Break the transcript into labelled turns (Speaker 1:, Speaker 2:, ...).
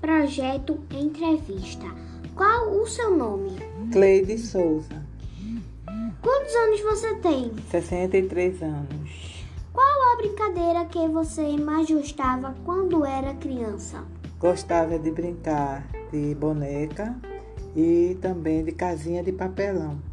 Speaker 1: Projeto Entrevista. Qual o seu nome?
Speaker 2: Cleide Souza,
Speaker 1: Quantos anos você tem?
Speaker 2: 63 anos.
Speaker 1: Qual a brincadeira que você mais gostava quando era criança?
Speaker 2: Gostava de brincar de boneca e também de casinha de papelão.